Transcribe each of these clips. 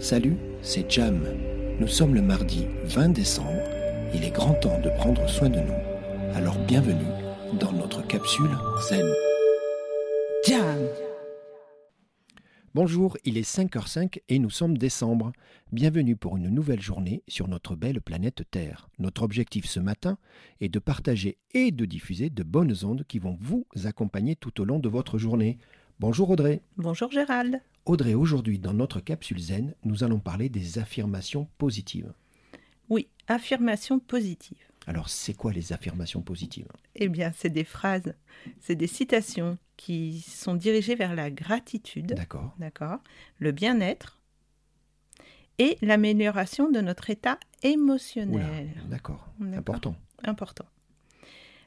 Salut, c'est Jam. Nous sommes le mardi 20 décembre. Il est grand temps de prendre soin de nous. Alors bienvenue dans notre capsule Zen. Jam. Bonjour, il est 5h05 et nous sommes décembre. Bienvenue pour une nouvelle journée sur notre belle planète Terre. Notre objectif ce matin est de partager et de diffuser de bonnes ondes qui vont vous accompagner tout au long de votre journée. Bonjour Audrey. Bonjour Gérald. Audrey, aujourd'hui dans notre capsule zen, nous allons parler des affirmations positives. Oui, affirmations positives. Alors c'est quoi les affirmations positives Eh bien, c'est des phrases, c'est des citations qui sont dirigées vers la gratitude, D'accord. d'accord, le bien-être et l'amélioration de notre état Oula, émotionnel. D'accord, D'accord. important. Important.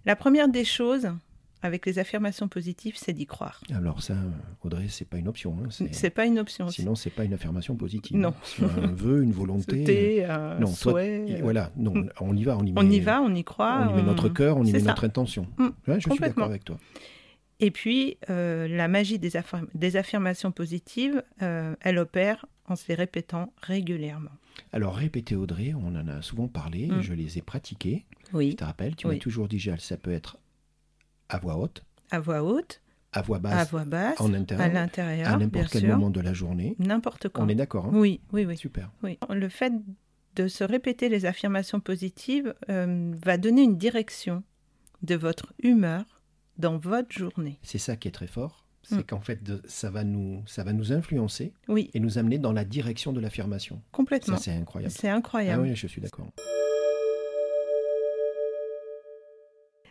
La première des choses avec les affirmations positives, c'est d'y croire. Alors ça, Audrey, c'est pas une option. hein, c'est- C'est pas une option. Sinon, c'est pas une affirmation positive. Non. C'est un vœu, une volonté. euh, C'était un non, toi, euh, souhait. Et Voilà, non, on y va, on y met, hmm. on y va, on y croit. on y met notre cœur, on y c'est met ça. notre intention. Mm, Ouais, je suis complètement. d'accord avec toi. Et puis, euh, la magie des, affirm- des affirmations positives, euh, elle opère en se les répétant régulièrement. Alors, répéter Audrey, on en a souvent parlé, Mm. je les ai pratiquées. Je Oui. te rappelle, tu Oui. m'as toujours dit, Gilles, ça peut être à voix haute, À voix haute, à voix à basse, voix basse, Bah, en à interne, à l'intérieur, Ah, bien n'importe quel sûr, moment de la journée. n'importe quand. On est d'accord, hein Oui, oui, oui, Super. oui. Le fait de se répéter les affirmations positives euh, va donner une direction de votre humeur dans votre journée. C'est ça qui est très fort, c'est Mm. qu'en fait, de- ça va, nous, ça va nous influencer Oui, et nous amener dans la direction de l'affirmation. Ça, complètement. c'est incroyable. C'est Ah incroyable. oui, je suis d'accord.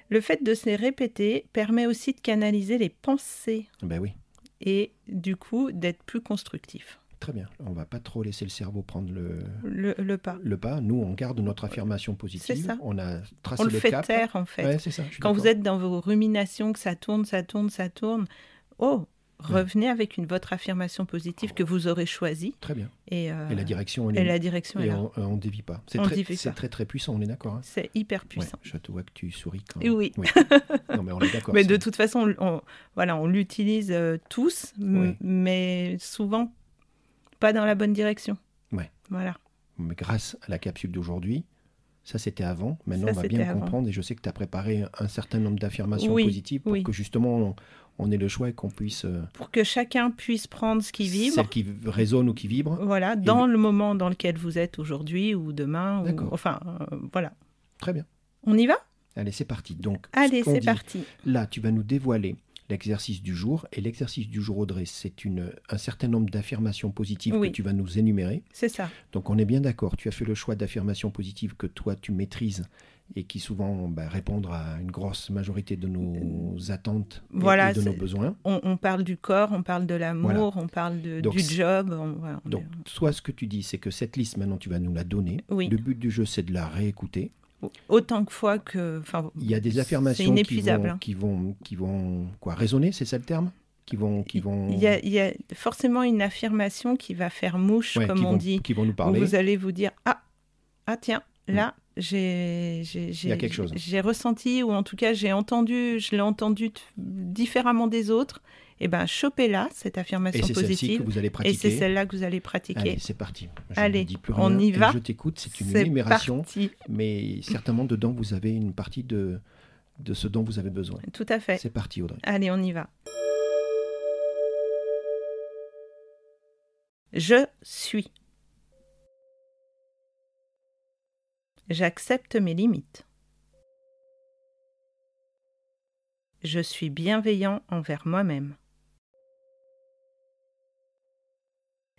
Le fait de se les répéter permet aussi de canaliser les pensées Ben oui, et du coup d'être plus constructif. très bien. On va pas trop laisser le cerveau prendre le, Le, le pas. le pas. Nous, on garde notre affirmation positive. C'est ça. On a tracé On le fait Ah, cap. hein taire en fait. Ouais, c'est ça. je suis Quand vous d'accord. êtes dans vos ruminations, que ça tourne, ça tourne, ça tourne, oh, revenez avec une votre affirmation positive que vous aurez choisie Très bien. et, euh, Et la direction, elle et est. la direction est et là. on, on dévie pas. C'est On très, dévie c'est pas. très très puissant. On est d'accord. hein C'est hyper Ouais, puissant. je te vois que tu souris quand Et même. oui. Non, mais on est d'accord. Mais c'est- de toute façon, on, on- voilà, on l'utilise euh, tous, m- Oui. mais souvent pas dans la bonne direction. Ouais. Voilà. Mais grâce à la capsule d'aujourd'hui, ça c'était avant. Maintenant, Ça, on va c'était bien avant. comprendre. Et je sais que tu as préparé un certain nombre d'affirmations Oui, positives pour oui. que justement on, on ait le choix et qu'on puisse. euh, Pour que chacun puisse prendre ce qui vibre. Celles qui résonnent ou qui vibrent. Voilà, dans le moment dans lequel vous êtes aujourd'hui ou demain, ou, D'accord. enfin, euh, voilà. Très bien. On y va Allez, c'est parti. Donc, ce Allez, qu'on c'est dit- parti. Là, tu vas nous dévoiler l'exercice du jour. Et l'exercice du jour, Audrey, c'est une- un certain nombre d'affirmations positives Oui. que tu vas nous énumérer. C'est ça. Donc, on est bien d'accord. Tu as fait le choix d'affirmations positives que toi, tu maîtrises et qui souvent bah, répondent à une grosse majorité de nos attentes et- Euh, Voilà, et de nos c'est- besoins. On, on parle du corps, on parle de l'amour, on parle de- Donc, du c'est- job. on- voilà, on Donc, soit ce que tu dis, c'est que cette liste, maintenant, tu vas nous la donner. Oui. Le but du jeu, c'est de la réécouter. est- autant que fois que. Enfin, Il y a des c'est affirmations qui inépuisable, vont, hein. qui vont, qui vont quoi résonner, c'est ça le terme Qui vont, qui vont, il, y a, il y a forcément une affirmation qui va faire mouche, ouais, comme qui on vont- dit. qui vont nous Où parler. Mm. vous allez vous dire Ah, ah tiens, là, j'ai j'ai- y a j'ai- quelque chose. j'ai ressenti, ou en tout cas, j'ai entendu, je l'ai entendu t- différemment des autres. Eh bien, chopez-la, cette Et affirmation c'est celle-ci que positive. vous allez Et c'est pratiquer. celle-là que vous allez pratiquer. Allez, c'est parti. Je Allez, ne dis plus on rien y et va. Je t'écoute. C'est une C'est énumération, parti. mais certainement dedans vous avez une partie de de ce dont vous avez besoin. Tout à fait. C'est parti, Audrey. Allez, on y va. Je suis. J'accepte mes limites. Je suis bienveillant envers moi-même.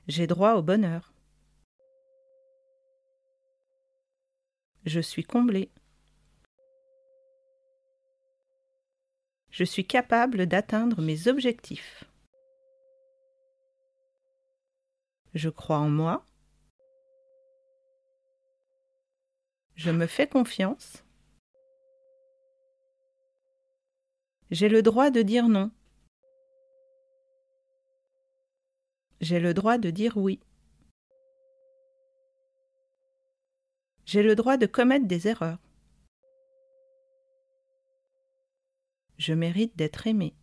J'ai droit au bonheur. Je suis comblé. Je suis capable d'atteindre mes objectifs. Je crois en moi. Je me fais confiance. J'ai le droit de dire non. J'ai le droit de dire oui. J'ai le droit de commettre des erreurs. Je mérite d'être aimé.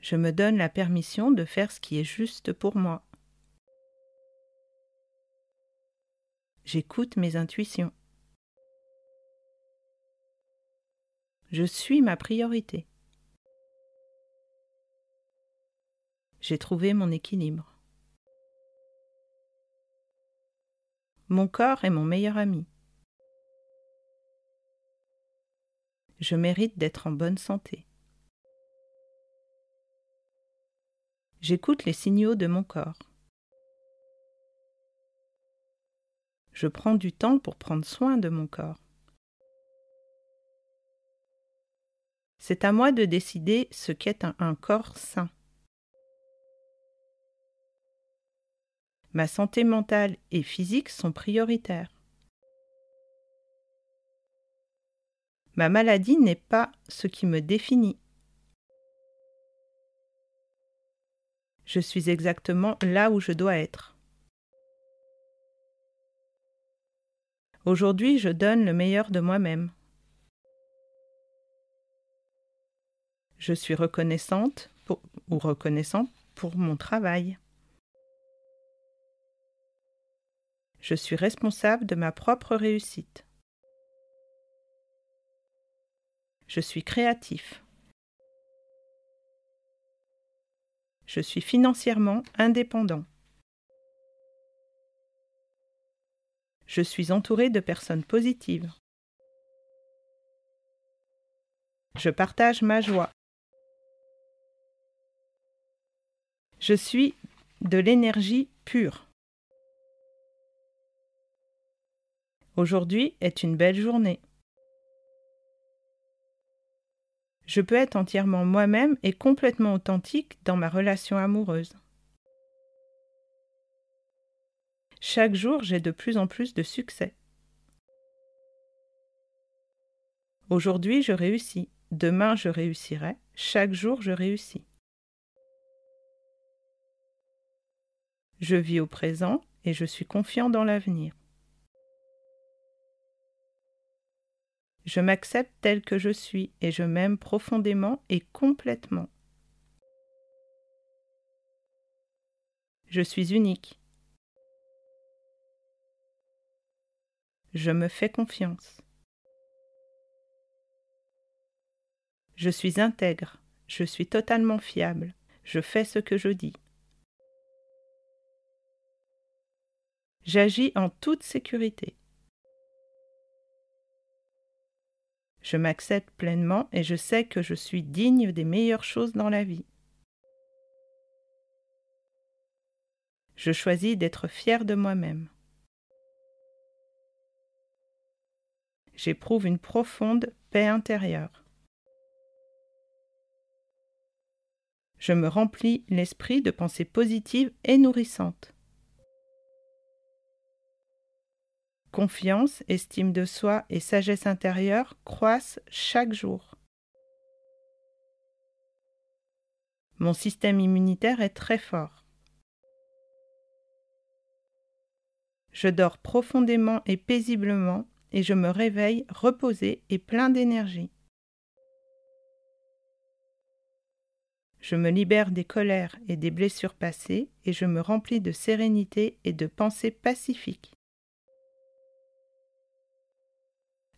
Je me donne la permission de faire ce qui est juste pour moi. J'écoute mes intuitions. Je suis ma priorité. J'ai trouvé mon équilibre. Mon corps est mon meilleur ami. Je mérite d'être en bonne santé. J'écoute les signaux de mon corps. Je prends du temps pour prendre soin de mon corps. C'est à moi de décider ce qu'est un, un, corps sain. Ma santé mentale et physique sont prioritaires. Ma maladie n'est pas ce qui me définit. Je suis exactement là où je dois être. Aujourd'hui, je donne le meilleur de moi-même. Je suis reconnaissante pour, ou reconnaissant pour mon travail. Je suis responsable de ma propre réussite. Je suis créatif. Je suis financièrement indépendant. Je suis entouré de personnes positives. Je partage ma joie. Je suis de l'énergie pure. Aujourd'hui est une belle journée. Je peux être entièrement moi-même et complètement authentique dans ma relation amoureuse. Chaque jour, j'ai de plus en plus de succès. Aujourd'hui, je réussis. Demain, je réussirai. Chaque jour, je réussis. Je vis au présent et je suis confiant dans l'avenir. Je m'accepte tel que je suis et je m'aime profondément et complètement. Je suis unique. Je me fais confiance. Je suis intègre. Je suis totalement fiable. Je fais ce que je dis. J'agis en toute sécurité. Je m'accepte pleinement et je sais que je suis digne des meilleures choses dans la vie. Je choisis d'être fier de moi-même. J'éprouve une profonde paix intérieure. Je me remplis l'esprit de pensées positives et nourrissantes. Confiance, estime de soi et sagesse intérieure croissent chaque jour. Mon système immunitaire est très fort. Je dors profondément et paisiblement et je me réveille reposé et plein d'énergie. Je me libère des colères et des blessures passées et je me remplis de sérénité et de pensées pacifiques.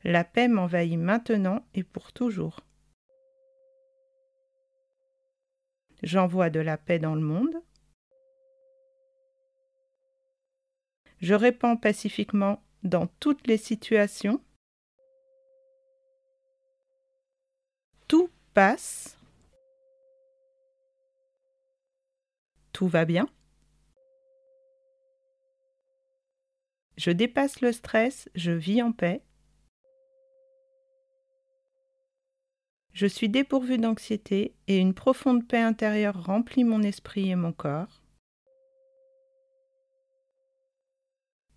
La paix m'envahit maintenant et pour toujours. J'envoie de la paix dans le monde. Je répands pacifiquement dans toutes les situations. Tout passe. Tout va bien. Je dépasse le stress, je vis en paix. Je suis dépourvu d'anxiété et une profonde paix intérieure remplit mon esprit et mon corps.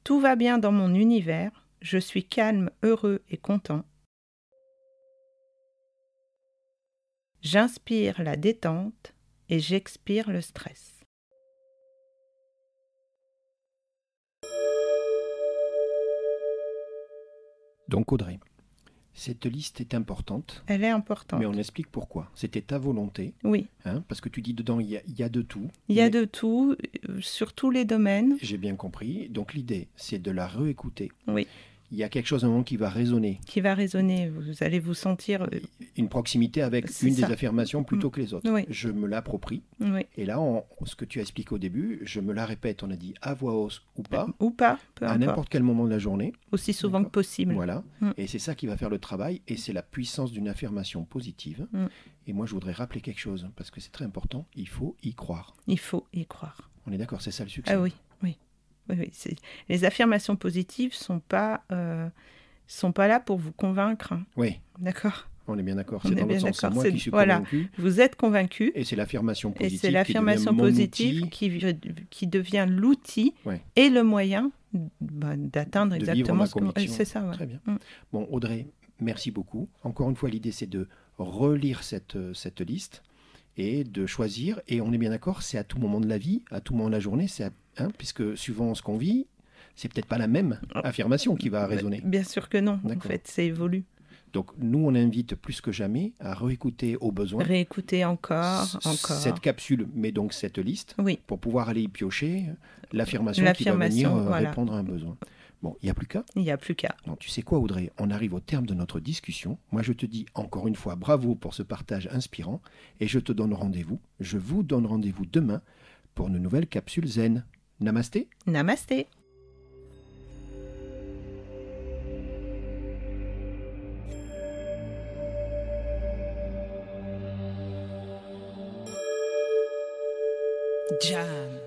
Tout va bien dans mon univers, je suis calme, heureux et content. J'inspire la détente et j'expire le stress. Donc Audrey, Cette liste est importante, Elle est importante. mais on explique pourquoi. C'était ta volonté, Oui, hein, parce que tu dis dedans, il y a, il y a de tout. il y a Mais- de tout, euh, sur tous les domaines. J'ai bien compris. Donc l'idée, c'est de la réécouter. Oui. Il y a quelque chose à un moment qui va résonner. qui va résonner. Vous allez vous sentir. euh, Une proximité avec C'est une ça. des affirmations plutôt que les autres. Oui. Je me l'approprie. oui. Et là, on- ce que tu as expliqué au début, je me la répète, on a dit à voix hausse ou pas, Ou pas, Euh, peu à importe. n'importe quel moment de la journée. Aussi souvent D'accord. que possible. Voilà. Mm. Et c'est ça qui va faire le travail. Et c'est la puissance d'une affirmation positive. Mm. Et moi, je voudrais rappeler quelque chose, parce que c'est très important. Il faut y croire. Il faut y croire. On est d'accord, c'est ça le succès. Ah oui, oui. oui, oui, c'est- Les affirmations positives sont pas euh, sont pas là pour vous convaincre. hein. Oui, D'accord. on est bien d'accord. On C'est est dans bien l'autre sens. C'est d'accord, moi c'est- qui suis voilà. convaincu. Vous êtes convaincu. Et c'est l'affirmation Et positive. c'est qui l'affirmation devient mon positive outil. qui, qui devient l'outil Ouais. et le moyen bah, d'atteindre De vivre exactement ma ce qu'on... conviction. C'est ça, ouais. Très bien. Mm. Bon, Audrey, merci beaucoup. Encore une fois, l'idée, c'est de relire cette, euh, cette liste et de choisir. Et on est bien d'accord, c'est à tout moment de la vie, à tout moment de la journée, c'est à- hein, puisque suivant ce qu'on vit, c'est peut-être pas la même Ah. affirmation qui va résonner. Bien sûr que non. En D'accord. fait, c'est évolue. Donc, nous, on invite plus que jamais à réécouter au besoin Réécouter encore, c- encore. cette capsule, mais donc cette liste, Oui, pour pouvoir aller y piocher l'affirmation qui va venir L'affirmation, euh, voilà. répondre à un besoin. Bon, il n'y a plus qu'à. il n'y a plus qu'à. Non, tu sais quoi, Audrey On arrive au terme de notre discussion. Moi, je te dis encore une fois bravo pour ce partage inspirant et je te donne rendez-vous. Je vous donne rendez-vous demain pour une nouvelle capsule zen. Namasté Namasté. Jam.